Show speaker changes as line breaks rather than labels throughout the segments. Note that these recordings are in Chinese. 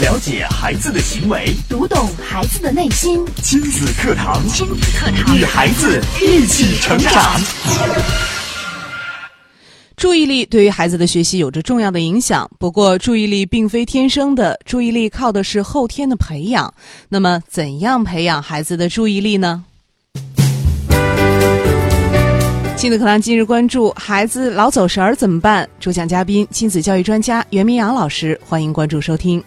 了解孩子的行为，
读懂孩子的内心，
亲子课堂，
亲子课堂
与孩子一起成长。
注意力对于孩子的学习有着重要的影响。不过，注意力并非天生的，注意力靠的是后天的培养。那么，怎样培养孩子的注意力呢？亲子课堂今日关注：孩子老走神儿怎么办？主讲嘉宾：亲子教育专家袁明阳老师，欢迎关注收听。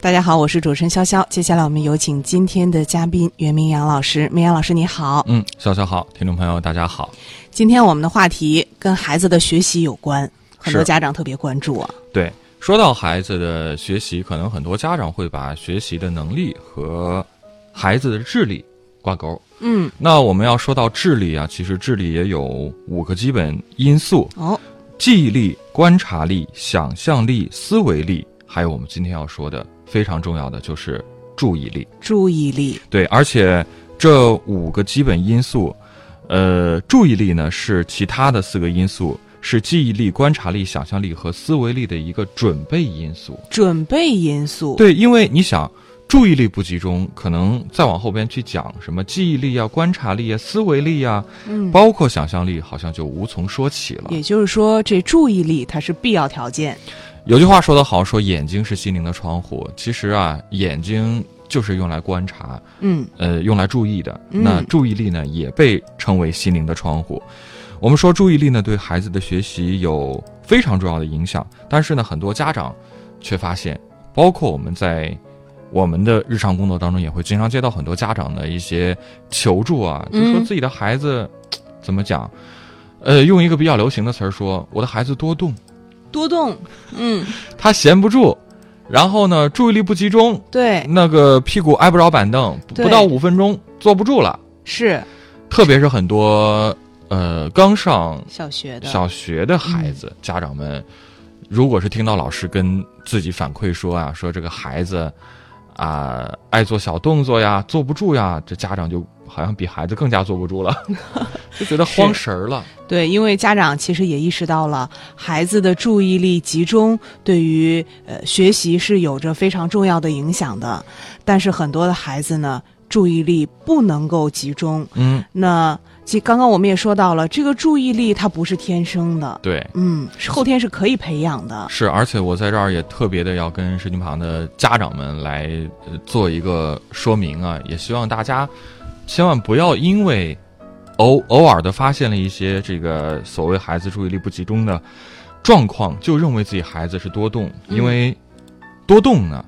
大家好，我是主持人潇潇。接下来我们有请今天的嘉宾袁明阳老师。明阳老师，你好。
嗯，潇潇好，听众朋友大家好。
今天我们的话题跟孩子的学习有关，很多
是
家长特别关注啊。
对，说到孩子的学习，可能很多家长会把学习的能力和孩子的智力挂钩。
嗯，
那我们要说到智力啊，其实智力也有五个基本因素：
哦，
记忆力、观察力、想象力、思维力，还有我们今天要说的非常重要的就是注意力。
注意力，
对，而且这五个基本因素，呃，注意力呢是其他的四个因素，是记忆力、观察力、想象力和思维力的一个准备因素。
准备因素。，
对，因为你想，注意力不集中，可能再往后边去讲什么记忆力啊、观察力啊、思维力啊，
嗯，
包括想象力，好像就无从说起了。
也就是说，这注意力它是必要条件。
有句话说得好，说眼睛是心灵的窗户。其实啊，眼睛就是用来观察，
嗯，
呃用来注意的。
嗯
那注意力呢，也被称为心灵的窗户。我们说注意力呢，对孩子的学习有非常重要的影响，但是呢，很多家长却发现，包括我们在我们的日常工作当中，也会经常接到很多家长的一些求助啊，就说
嗯
自己的孩子、怎么讲，呃，用一个比较流行的词儿说，我的孩子多动，
多动，嗯，
他闲不住，然后呢，注意力不集中，
对，
那个屁股挨不着板凳，不
对
不到五分钟坐不住了。
是
特别是很多呃刚上
小学的。
小学的孩子，家长们如果是听到老师跟自己反馈说啊，说这个孩子啊、爱做小动作呀，坐不住呀，这家长就好像比孩子更加坐不住了，就觉得慌神儿了。
对，因为家长其实也意识到了孩子的注意力集中对于呃学习是有着非常重要的影响的，但是很多的孩子呢，注意力不能够集中。
嗯，
那其刚刚我们也说到了，这个注意力它不是天生的，
对。
嗯，是后天是可以培养的。
是，而且我在这儿也特别的要跟身体旁的家长们来、呃、做一个说明啊，也希望大家千万不要因为偶偶尔的发现了一些这个所谓孩子注意力不集中的状况，就认为自己孩子是多动，
嗯
因为多动呢。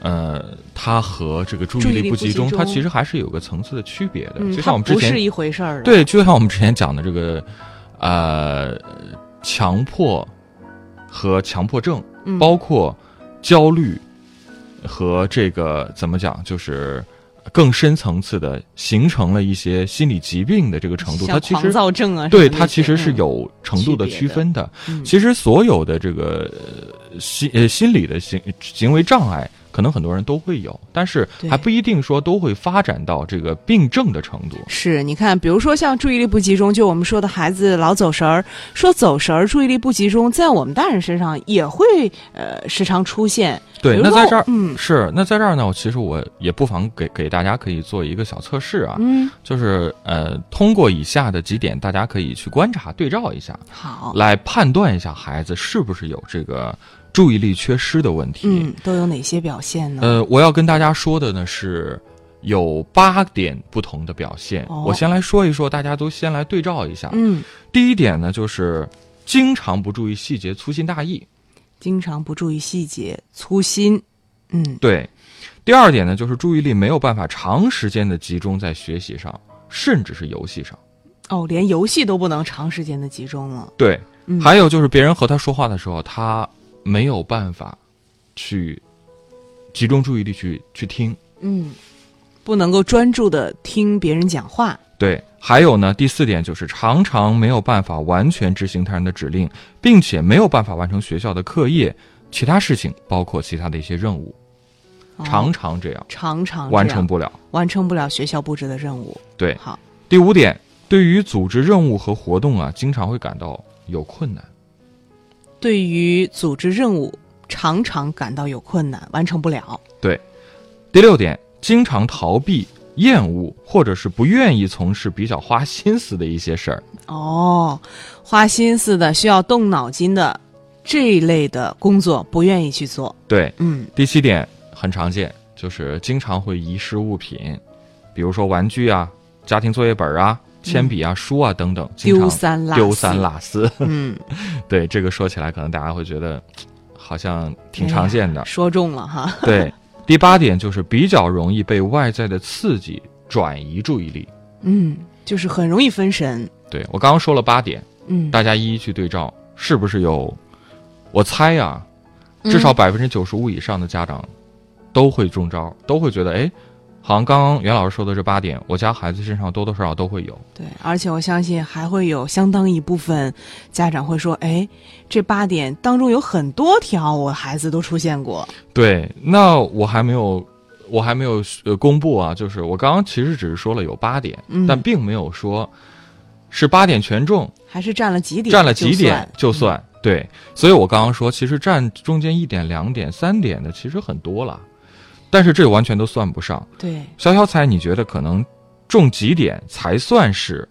呃，它和这个注意
注意
力
力
不
不
集
集
中，它
中
其实还是有个层次的区别的。
嗯，
呃就
它
像我们之
不
前
是一回事儿了。，
对，就像我们之前讲的这个，呃，强迫和强迫症，
嗯
包括焦虑和这个怎么讲，就是更深层次的形成了一些心理疾病的这个程度，它
像
其
狂
实
躁症啊，
对
什么
它
那
其
些
实是
嗯
有程度的
区别
区
的
分的。
嗯
其实所有的这个呃心呃心理的行行为障碍，可能很多人都会有，但是
对
还不一定说都会发展到这个病症的程度。
是，你看，比如说像注意力不集中，就我们说的孩子老走神儿，说走神儿、注意力不集中，在我们大人身上也会呃时常出现。
对，
比如
那
说
在这儿，
嗯
是那在这儿呢，我其实我也不妨给给大家可以做一个小测试啊，
嗯，
就是呃，通过以下的几点，大家可以去观察对照一下，
好，
来判断一下孩子是不是有这个注意力缺失的问题。
嗯，都有哪些表现呢？
呃，我要跟大家说的呢是。有八点不同的表现，
哦
我先来说一说，大家都先来对照一下。
嗯，
第一点呢，就是经常不注意细节，粗心大意。
经常不注意细节，粗心。嗯，
对，第二点呢，就是注意力没有办法长时间的集中在学习上，甚至是游戏上。
哦，连游戏都不能长时间的集中了。
对，
嗯，
还有就是别人和他说话的时候，他没有办法去集中注意力去去听。
嗯，不能够专注的听别人讲话。
对，还有呢，第四点就是常常没有办法完全执行他人的指令，并且没有办法完成学校的课业、其他事情，包括其他的一些任务。
哦
常常这样
常常这
完
样
成不了。
完成不了学校布置的任务。
对，
好，
第五点，对于组织任务和活动啊，经常会感到有困难。
对于组织任务常常感到有困难，完成不了。
第六点，经常逃避、厌恶或者是不愿意从事比较花心思的一些事儿。
哦，花心思的、需要动脑筋的这一类的工作不愿意去做。
对，
嗯，
第七点很常见，就是经常会遗失物品，比如说玩具啊、家庭作业本啊、铅笔啊、书啊等等，经
嗯丢
常
三落四
丢三。落四。
嗯，
对，这个说起来可能大家会觉得好像挺常见的。
说中了哈。
对，第八点就是比较容易被外在的刺激转移注意力。
嗯，就是很容易分神。
对我刚刚说了八点，
嗯，
大家一一去对照，是不是有？我猜呀、
嗯
至少百分之九十五以上的家长都会中招，都会觉得，哎，好像刚刚袁老师说的这八点，我家孩子身上多多少少都会有。
对，而且我相信还会有相当一部分家长会说：“哎，这八点当中有很多条我孩子都出现过。
对，那我还没有，我还没有呃公布啊，就是我刚刚其实只是说了有八点，
嗯
但并没有说是八点全中，”
还是占了几点？
占了几点就
算。嗯
算。对，所以我刚刚说，其实占中间一点、两点、三点的其实很多了，但是这完全都算不上。
嗯对，
潇潇猜，你觉得可能中几点才算是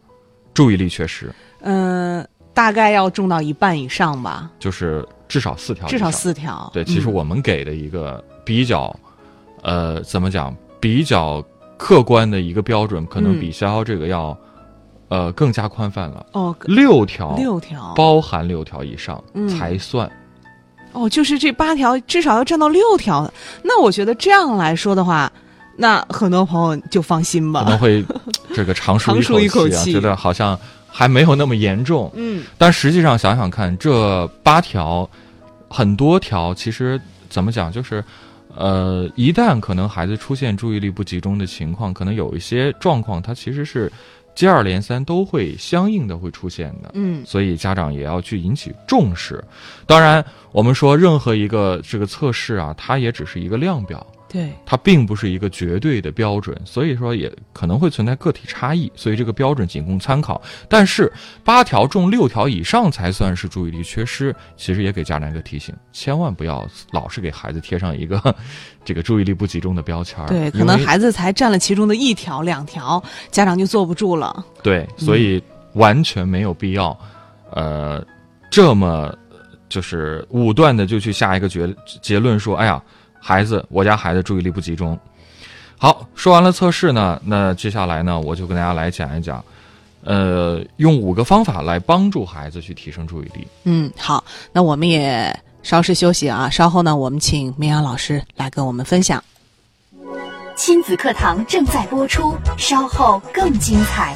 注意力缺失？
嗯、大概要中到一半以上吧，
就是至少四条以
至
上，
少四条。
对，其实
嗯、
我们给的一个比较，呃，怎么讲，比较客观的一个标准，可能
嗯
比潇潇这个要，呃，更加宽泛了。
哦
六条，
六条
包含六条以上、
嗯
才算。
哦，就是这八条至少要占到六条。那我觉得这样来说的话，那很多朋友就放心
可能
吧。
会这个长舒
长舒一口
气啊，
气
觉得好像还没有那么严重。
嗯，
但实际上想想看，这八条，很多条其实怎么讲，就是，呃，一旦可能孩子出现注意力不集中的情况，可能有一些状况，它其实是接二连三都会相应的会出现的。
嗯，
所以家长也要去引起重视。当然，我们说任何一个这个测试啊，它也只是一个量表，
对，
它并不是一个绝对的标准，所以说也可能会存在个体差异，所以这个标准仅供参考。但是八条中六条以上才算是注意力缺失，其实也给家长一个提醒，千万不要老是给孩子贴上一个 这个注意力不集中的标签儿。
对，可
因
能
为
孩子才占了其中的一条、两条，家长就坐不住了。
对，所以完全没有必要，呃，这么就是武断的就去下一个结结论说，哎呀，孩子，我家孩子注意力不集中。好，说完了测试呢，那接下来呢，我就跟大家来讲一讲，呃，用五个方法来帮助孩子去提升注意力。
嗯，好，那我们也稍事休息啊，稍后呢，我们请明阳老师来跟我们分享。
亲子课堂正在播出，稍后更精彩。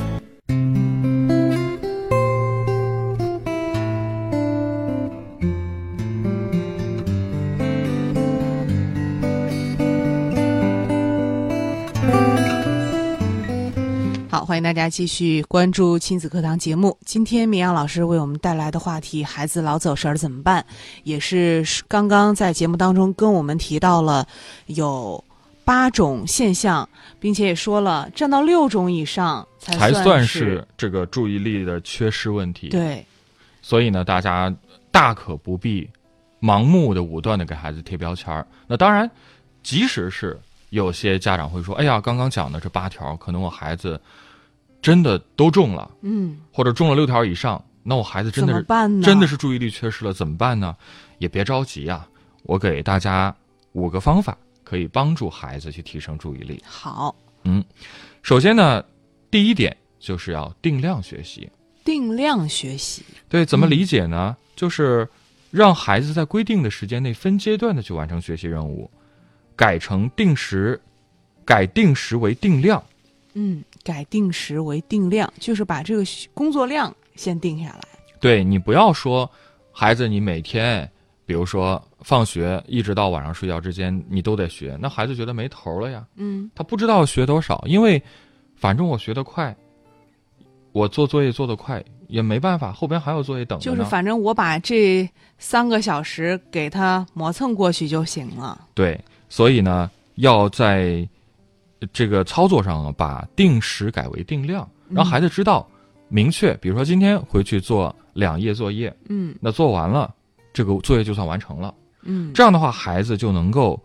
好，欢迎大家继续关注亲子课堂节目。今天明阳老师为我们带来的话题“孩子老走神儿怎么办”，也是刚刚在节目当中跟我们提到了有八种现象，并且也说了占到六种以上才
才
算
算哎是这个注意力的缺失问题。，
对。
所以呢，大家大可不必盲目的、武断的给孩子贴标签儿。那当然，即使是有些家长会说：“哎呀，刚刚讲的这八条，可能我孩子真的都中了，
嗯，
或者中了六条以上，那我孩子真的
怎么办
是
呢
真的是注意力缺失了，怎么办呢？”也别着急啊，我给大家五个方法可以帮助孩子去提升注意力。
好，
首先呢，第一点就是要定量学习。
定量学习，
对，怎么
嗯
理解呢？就是让孩子在规定的时间内分阶段的去完成学习任务，改成定时，改定时为定量。
嗯，改定时为定量，就是把这个学工作量先定下来。
对你不要说，孩子你每天，比如说放学一直到晚上睡觉之间，你都得学，那孩子觉得没头了呀。
嗯
他不知道学多少，因为反正我学得快，我做作业做得快也没办法，后边还有作业等着
就
呢。
是反正我把这三个小时给他磨蹭过去就行了。
对，所以呢，要在这个操作上啊把定时改为定量，让孩子知道、明确，比如说今天回去做两页作业，
嗯
那做完了这个作业就算完成了。
嗯，
这样的话，孩子就能够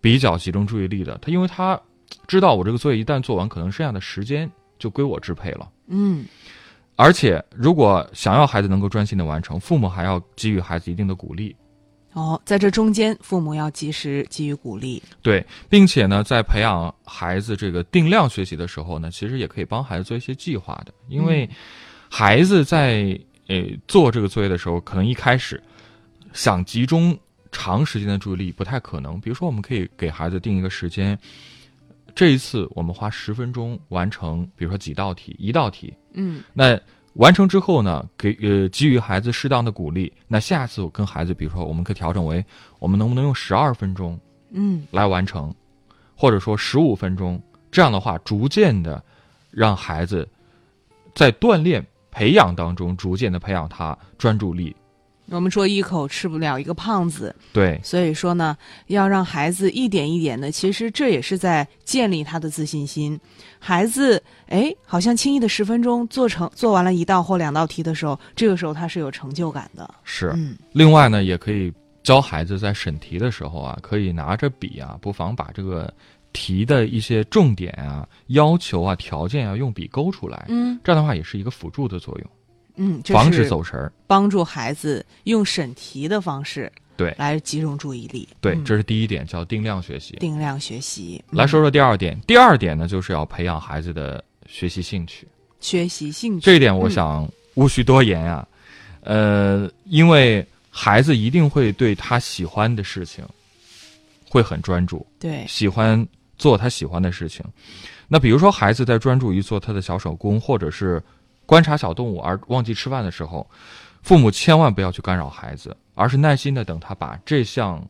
比较集中注意力的。他因为他知道我这个作业一旦做完，可能剩下的时间就归我支配了。
嗯
而且，如果想要孩子能够专心的完成，父母还要给予孩子一定的鼓励，
哦，在这中间，父母要及时给予鼓励。
对，并且呢，在培养孩子这个定量学习的时候呢，其实也可以帮孩子做一些计划的，因为孩子在呃做这个作业的时候，可能一开始想集中长时间的注意力不太可能。比如说，我们可以给孩子定一个时间，这一次我们花十分钟完成，比如说几道题，一道题，
嗯
那完成之后呢，给呃给予孩子适当的鼓励。那下次我跟孩子，比如说，我们可以调整为，我们能不能用十二分钟
嗯
来完成，或者说十五分钟。这样的话，逐渐的让孩子在锻炼培养当中，逐渐的培养他专注力。
我们说一口吃不了一个胖子，
对
所以说呢，要让孩子一点一点的，其实这也是在建立他的自信心。孩子，哎，好像轻易的十分钟做成做完了一道或两道题的时候，这个时候他是有成就感的。
是。
嗯
另外呢，也可以教孩子在审题的时候啊，可以拿着笔啊，不妨把这个题的一些重点啊、要求啊、条件啊，用笔勾出来。
嗯
这样的话也是一个辅助的作用，
嗯，这
防止
是
走神儿。
帮助孩子用审题的方式
对
来集中注意力，
对，
嗯
这是第一点，叫定量学习。
定量学习。
来
嗯
说说第二点，第二点呢，就是要培养孩子的学习兴趣。
学习兴趣
这一点，我想无需多言啊。呃，因为孩子一定会对他喜欢的事情会很专注，
对，
喜欢做他喜欢的事情。那比如说，孩子在专注于做他的小手工，或者是观察小动物而忘记吃饭的时候，父母千万不要去干扰孩子，而是耐心的等他把这项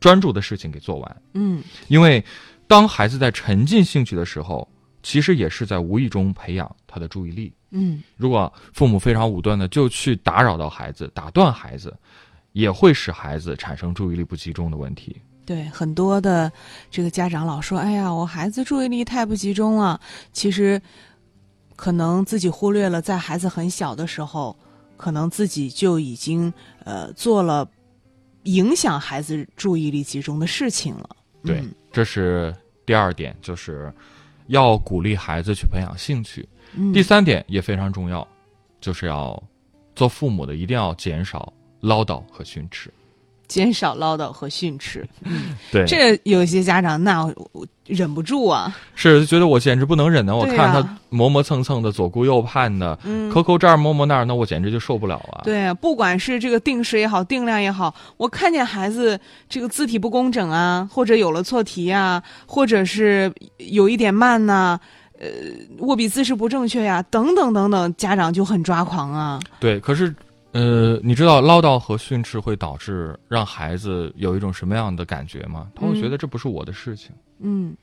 专注的事情给做完。
嗯
因为当孩子在沉浸兴趣的时候，其实也是在无意中培养他的注意力。
嗯
如果父母非常武断的就去打扰到孩子、打断孩子，也会使孩子产生注意力不集中的问题。
对，很多的这个家长老说：“哎呀，我孩子注意力太不集中了。”其实，可能自己忽略了，在孩子很小的时候，可能自己就已经呃做了影响孩子注意力集中的事情了。
对，
嗯
这是第二点，就是要鼓励孩子去培养兴趣。
嗯、
第三点也非常重要，就是要做父母的一定要减少唠叨和训斥。
减少唠叨和训斥，
对
这有些家长那我我忍不住啊，
是觉得我简直不能忍呢！我
对啊
看
呀
他磨磨蹭蹭的，左顾右盼的，
嗯
抠抠这儿摸摸那儿，那我简直就受不了啊！，
对，不管是这个定时也好，定量也好，我看见孩子这个字体不工整啊，或者有了错题啊，或者是有一点慢呐、呃，握笔姿势不正确呀、等等等等，家长就很抓狂啊。
对，可是，呃，你知道唠叨和训斥会导致让孩子有一种什么样的感觉吗？他会
嗯
觉得这不是我的事情，
嗯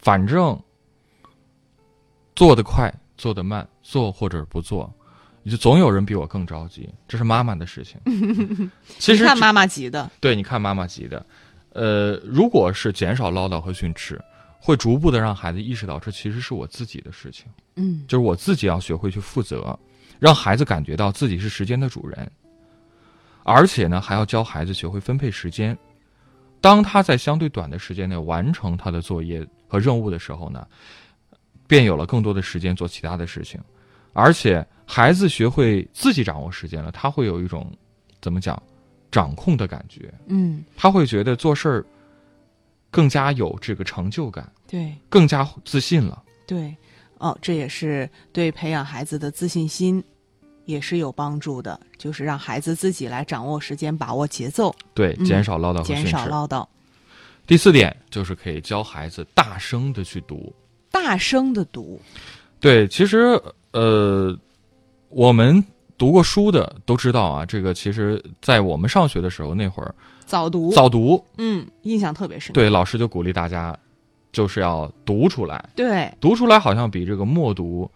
反正做得快，做得慢，做或者不做，就总有人比我更着急，这是妈妈的 事情。其实
看
这
妈妈急的，
对，你看妈妈急的，呃，如果是减少唠叨和训斥，会逐步的让孩子意识到这其实是我自己的事情，
嗯
就是我自己要学会去负责，让孩子感觉到自己是时间的主人，而且呢，还要教孩子学会分配时间。当他在相对短的时间内完成他的作业和任务的时候呢，便有了更多的时间做其他的事情，而且孩子学会自己掌握时间了，他会有一种怎么讲掌控的感觉。
嗯，
他会觉得做事儿更加有这个成就感，
对
更加自信了。
对，哦，这也是对培养孩子的自信心。也是有帮助的，就是让孩子自己来掌握时间、把握节奏，
对，
嗯
减少唠叨和训
减
斥。
少唠叨，
第四点就是可以教孩子大声的去读。
大声的读。
对，其实呃，我们读过书的都知道啊，这个其实在我们上学的时候那会儿，
早读，
早读，
嗯，印象特别深。
对，老师就鼓励大家，就是要读出来，
对
读出来好像比这个默读，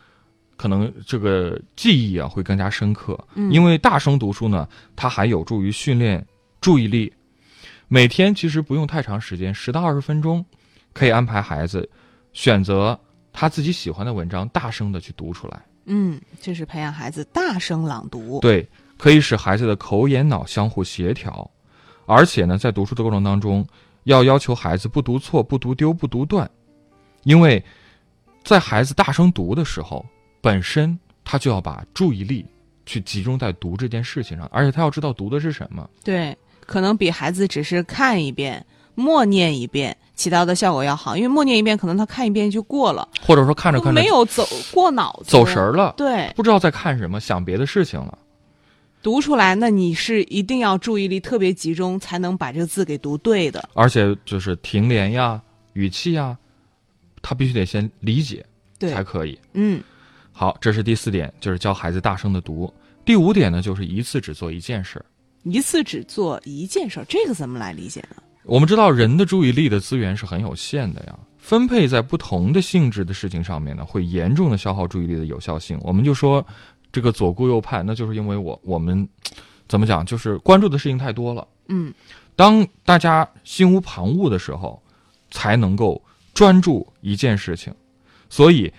可能这个记忆啊会更加深刻。
嗯
因为大声读书呢，它还有助于训练注意力。每天其实不用太长时间，十到二十分钟，可以安排孩子选择他自己喜欢的文章，大声的去读出来。
嗯，这是培养孩子大声朗读。
对，可以使孩子的口眼脑相互协调，而且呢，在读书的过程当中，要要求孩子不读错、不读丢、不读断，因为在孩子大声读的时候，本身他就要把注意力去集中在读这件事情上，而且他要知道读的是什么。
对，可能比孩子只是看一遍、默念一遍起到的效果要好，因为默念一遍，可能他看一遍就过了，
或者说看着看着
哦没有走过脑子，
走神儿了，
对，
不知道在看什么，想别的事情了。
读出来，那你是一定要注意力特别集中，才能把这个字给读对的。
而且就是停连呀、语气呀，他必须得先理解
对
才，可以。
嗯，
好，这是第四点，就是教孩子大声的读。第五点呢，就是一次只做一件事儿。
一次只做一件事儿，这个怎么来理解呢？
我们知道人的注意力的资源是很有限的呀，分配在不同的性质的事情上面呢，会严重的消耗注意力的有效性。我们就说这个左顾右盼，那就是因为我我们怎么讲，就是关注的事情太多了。
嗯，
当大家心无旁骛的时候，才能够专注一件事情。所以，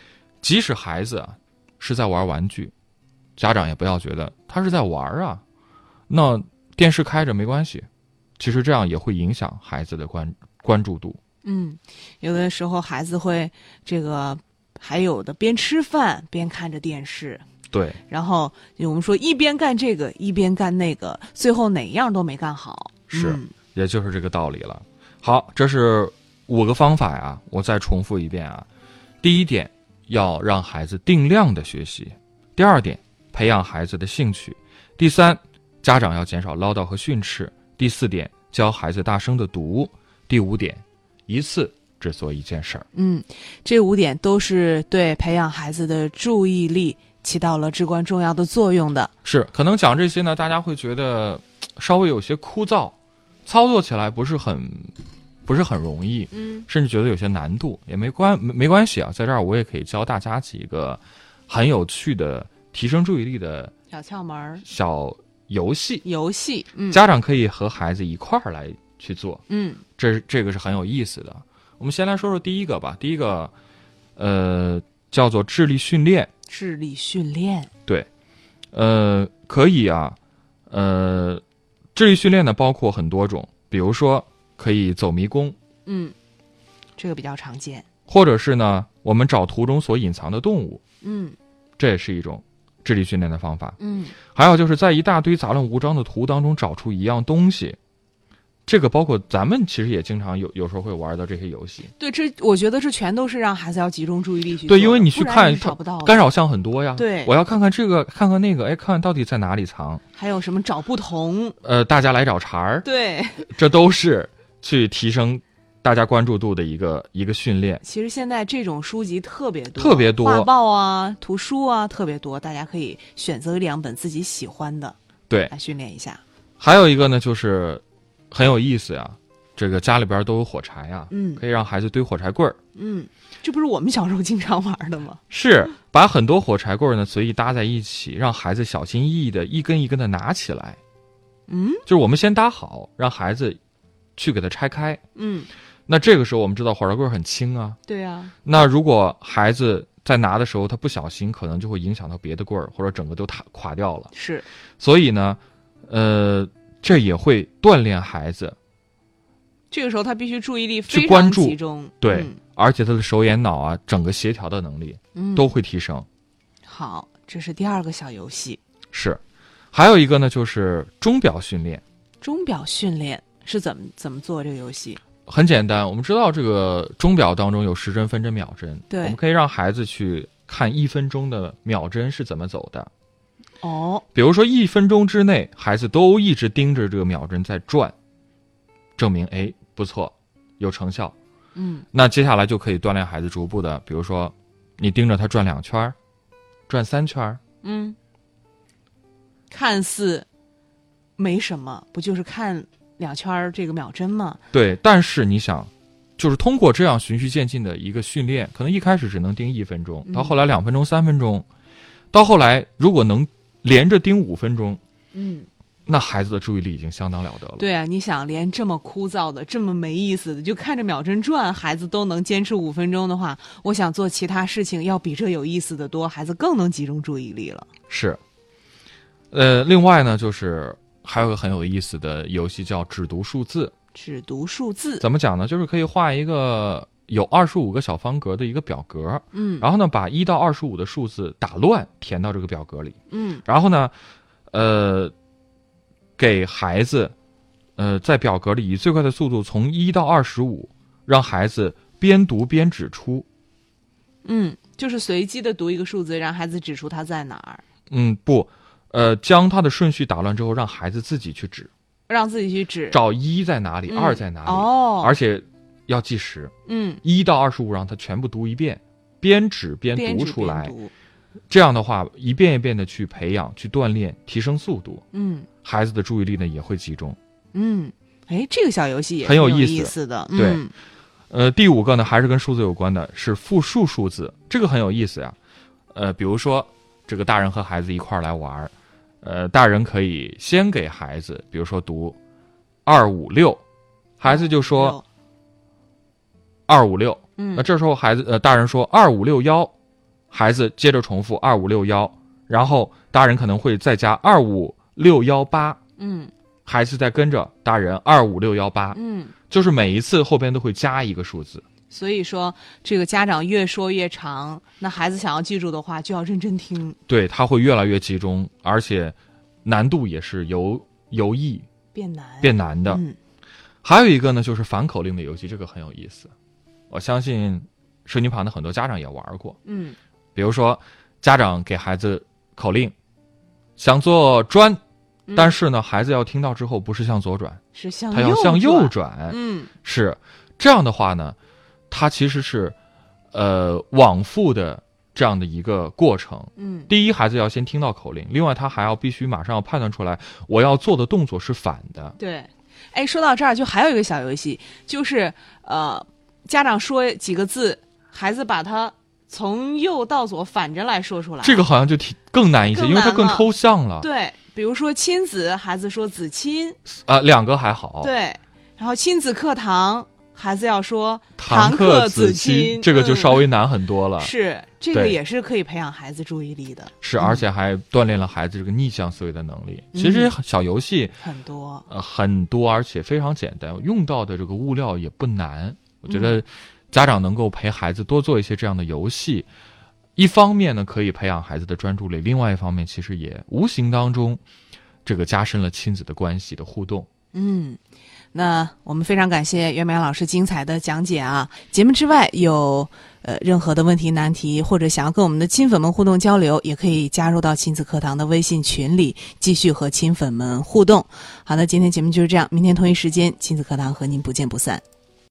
即使孩子啊是在玩玩具，家长也不要觉得他是在玩儿啊，那电视开着没关系。其实这样也会影响孩子的关关注度。
嗯，有的时候孩子会这个，还有的边吃饭边看着电视，
对，
然后我们说一边干这个一边干那个，最后哪样都没干好。
是
嗯
也就是这个道理了。好，这是五个方法呀，我再重复一遍啊。第一点，要让孩子定量的学习；第二点，培养孩子的兴趣；第三，家长要减少唠叨和训斥；第四点，教孩子大声的读；第五点，一次只做一件事儿。
嗯，这五点都是对培养孩子的注意力起到了至关重要的作用的。
是，可能讲这些呢，大家会觉得嘖稍微有些枯燥，操作起来不是很不是很容易，
嗯，
甚至觉得有些难度，也没关没没关系啊，在这儿我也可以教大家几个很有趣的提升注意力的
小窍门儿
小游戏，
游戏，嗯
家长可以和孩子一块儿来去做，
嗯
这是这个是很有意思的。我们先来说说第一个吧，第一个，呃，叫做智力训练。
智力训练，
呃，可以啊，呃，智力训练呢包括很多种，比如说可以走迷宫，
嗯，这个比较常见，
或者是呢我们找图中所隐藏的动物，
嗯
这也是一种智力训练的方法。
嗯
还有就是在一大堆杂乱无章的图当中找出一样东西，这个包括咱们其实也经常有有时候会玩到这些游戏，
对，这我觉得这全都是让孩子要集中注意力去做的。
对因为你去
不然
看
是找不到的
干扰项很多呀。
对
我要看看这个，看看那个，哎，看看到底在哪里藏。
还有什么找不同？
呃，大家来找茬儿，
对，
这都是去提升大家关注度的一个一个训练。
其实现在这种书籍特别多，
特别多
画报啊、图书啊特别多，大家可以选择一两本自己喜欢的
对
来，训练一下。
还有一个呢，就是很有意思呀，这个家里边都有火柴呀，
嗯
可以让孩子堆火柴棍儿，
嗯，这不是我们小时候经常玩的吗？
是把很多火柴棍儿呢随意搭在一起，让孩子小心翼翼的一根一根的拿起来，
嗯
就是我们先搭好，让孩子去给它拆开。
嗯，
那这个时候我们知道火柴棍儿很轻啊，
对啊，
那如果孩子在拿的时候他不小心，可能就会影响到别的棍儿，或者整个都塌垮掉了。
是
所以呢，呃，这也会锻炼孩子，
这个时候他必须注意力
去
非
关
常
注
集中，
对，而且他的手眼脑啊，整个协调的能力
嗯，
都
嗯
会提升。
好。这是第二个小游戏，
是，还有一个呢，就是钟表训练，
钟表训练是怎么怎么做这个游戏？
很简单。我们知道这个钟表当中有时针、分针、秒针，
对
我们可以让孩子去看一分钟的秒针是怎么走的。
哦，
比如说一分钟之内，孩子都一直盯着这个秒针在转，证明哎不错，有成效。
嗯
那接下来就可以锻炼孩子逐步的，比如说，你盯着他转两圈儿，转三圈儿，
嗯，看似没什么，不就是看两圈儿这个秒针吗？
对，但是你想，就是通过这样循序渐进的一个训练，可能一开始只能盯一分钟，
嗯
到后来两分钟、三分钟，到后来如果能连着盯五分钟，
嗯，
那孩子的注意力已经相当了得了。
对啊，你想，连这么枯燥的、这么没意思的，就看着秒针转，孩子都能坚持五分钟的话，我想做其他事情要比这有意思的多，孩子更能集中注意力了。
是。呃，另外呢，就是还有个很有意思的游戏叫只读数字，
只读数字，
怎么讲呢？就是可以画一个有二十五个小方格的一个表格，
嗯
然后呢，把一到二十五的数字打乱填到这个表格里，
嗯
然后呢，呃，给孩子，呃，在表格里以最快的速度从一到二十五，让孩子边读边指出。
嗯，就是随机的读一个数字，让孩子指出它在哪儿，
嗯，不，呃，将它的顺序打乱之后，让孩子自己去指，
让自己去指。
找一在哪里，
嗯
二在哪里，
哦
而且要计时，
嗯，
一到二十五，让他全部读一遍，边指边
边
读
指
出
边
来。
读
这样的话，一遍一遍的去培养、去锻炼、提升速度，
嗯
孩子的注意力呢也会集中。
嗯，哎，这个小游戏也
很有
挺有
意思
思的，
对
嗯
呃，第五个呢，还是跟数字有关的，是复述数字，这个很有意思呀。呃，比如说这个大人和孩子一块儿来玩儿，呃，大人可以先给孩子，比如说读二五六，孩子就说
有
二五六，
嗯
那这时候孩子呃，大人说二五六幺，孩子接着重复二五六幺，然后大人可能会再加二五六幺八，
嗯
孩子再跟着大人二五六幺八，
嗯。
就是每一次后边都会加一个数字。
所以说，这个家长越说越长，那孩子想要记住的话，就要认真听，
对，他会越来越集中，而且难度也是由由易
变难。
变难的。
嗯
还有一个呢，就是反口令的游戏，这个很有意思，我相信收音旁的很多家长也玩过。
嗯
比如说，家长给孩子口令，想做砖，
嗯
但是呢，孩子要听到之后不是向左转，
是向
他要向右
转。
转。
嗯
是这样的话呢，它其实是呃往复的这样的一个过程。
嗯
第一，孩子要先听到口令，另外他还要必须马上要判断出来我要做的动作是反的。
对。哎，说到这儿，就还有一个小游戏，就是呃，家长说几个字，孩子把它从右到左反着来说出来。
这个好像就挺更难一些，
更
因为它
啊难
更
了
抽象了。
对，比如说亲子，孩子说子亲，
啊、两个还好，
对，然后亲子课堂，孩子要说
堂
客
子
亲，
这个就
嗯
稍微难很多了。
是，这个
对
也是可以培养孩子注意力的，
是，而且还锻炼了孩子这个逆向思维的能力。其实
嗯
小游戏
很多。
呃很多，而且非常简单，用到的这个物料也不难。我觉得家长能够陪孩子多做一些这样的游戏，一方面呢可以培养孩子的专注力，另外一方面其实也无形当中这个加深了亲子的关系的互动。
嗯，那我们非常感谢袁淼老师精彩的讲解啊！节目之外有呃任何的问题、难题，或者想要跟我们的亲粉们互动交流，也可以加入到亲子课堂的微信群里，继续和亲粉们互动。好的，今天节目就是这样，明天同一时间亲子课堂和您不见不散。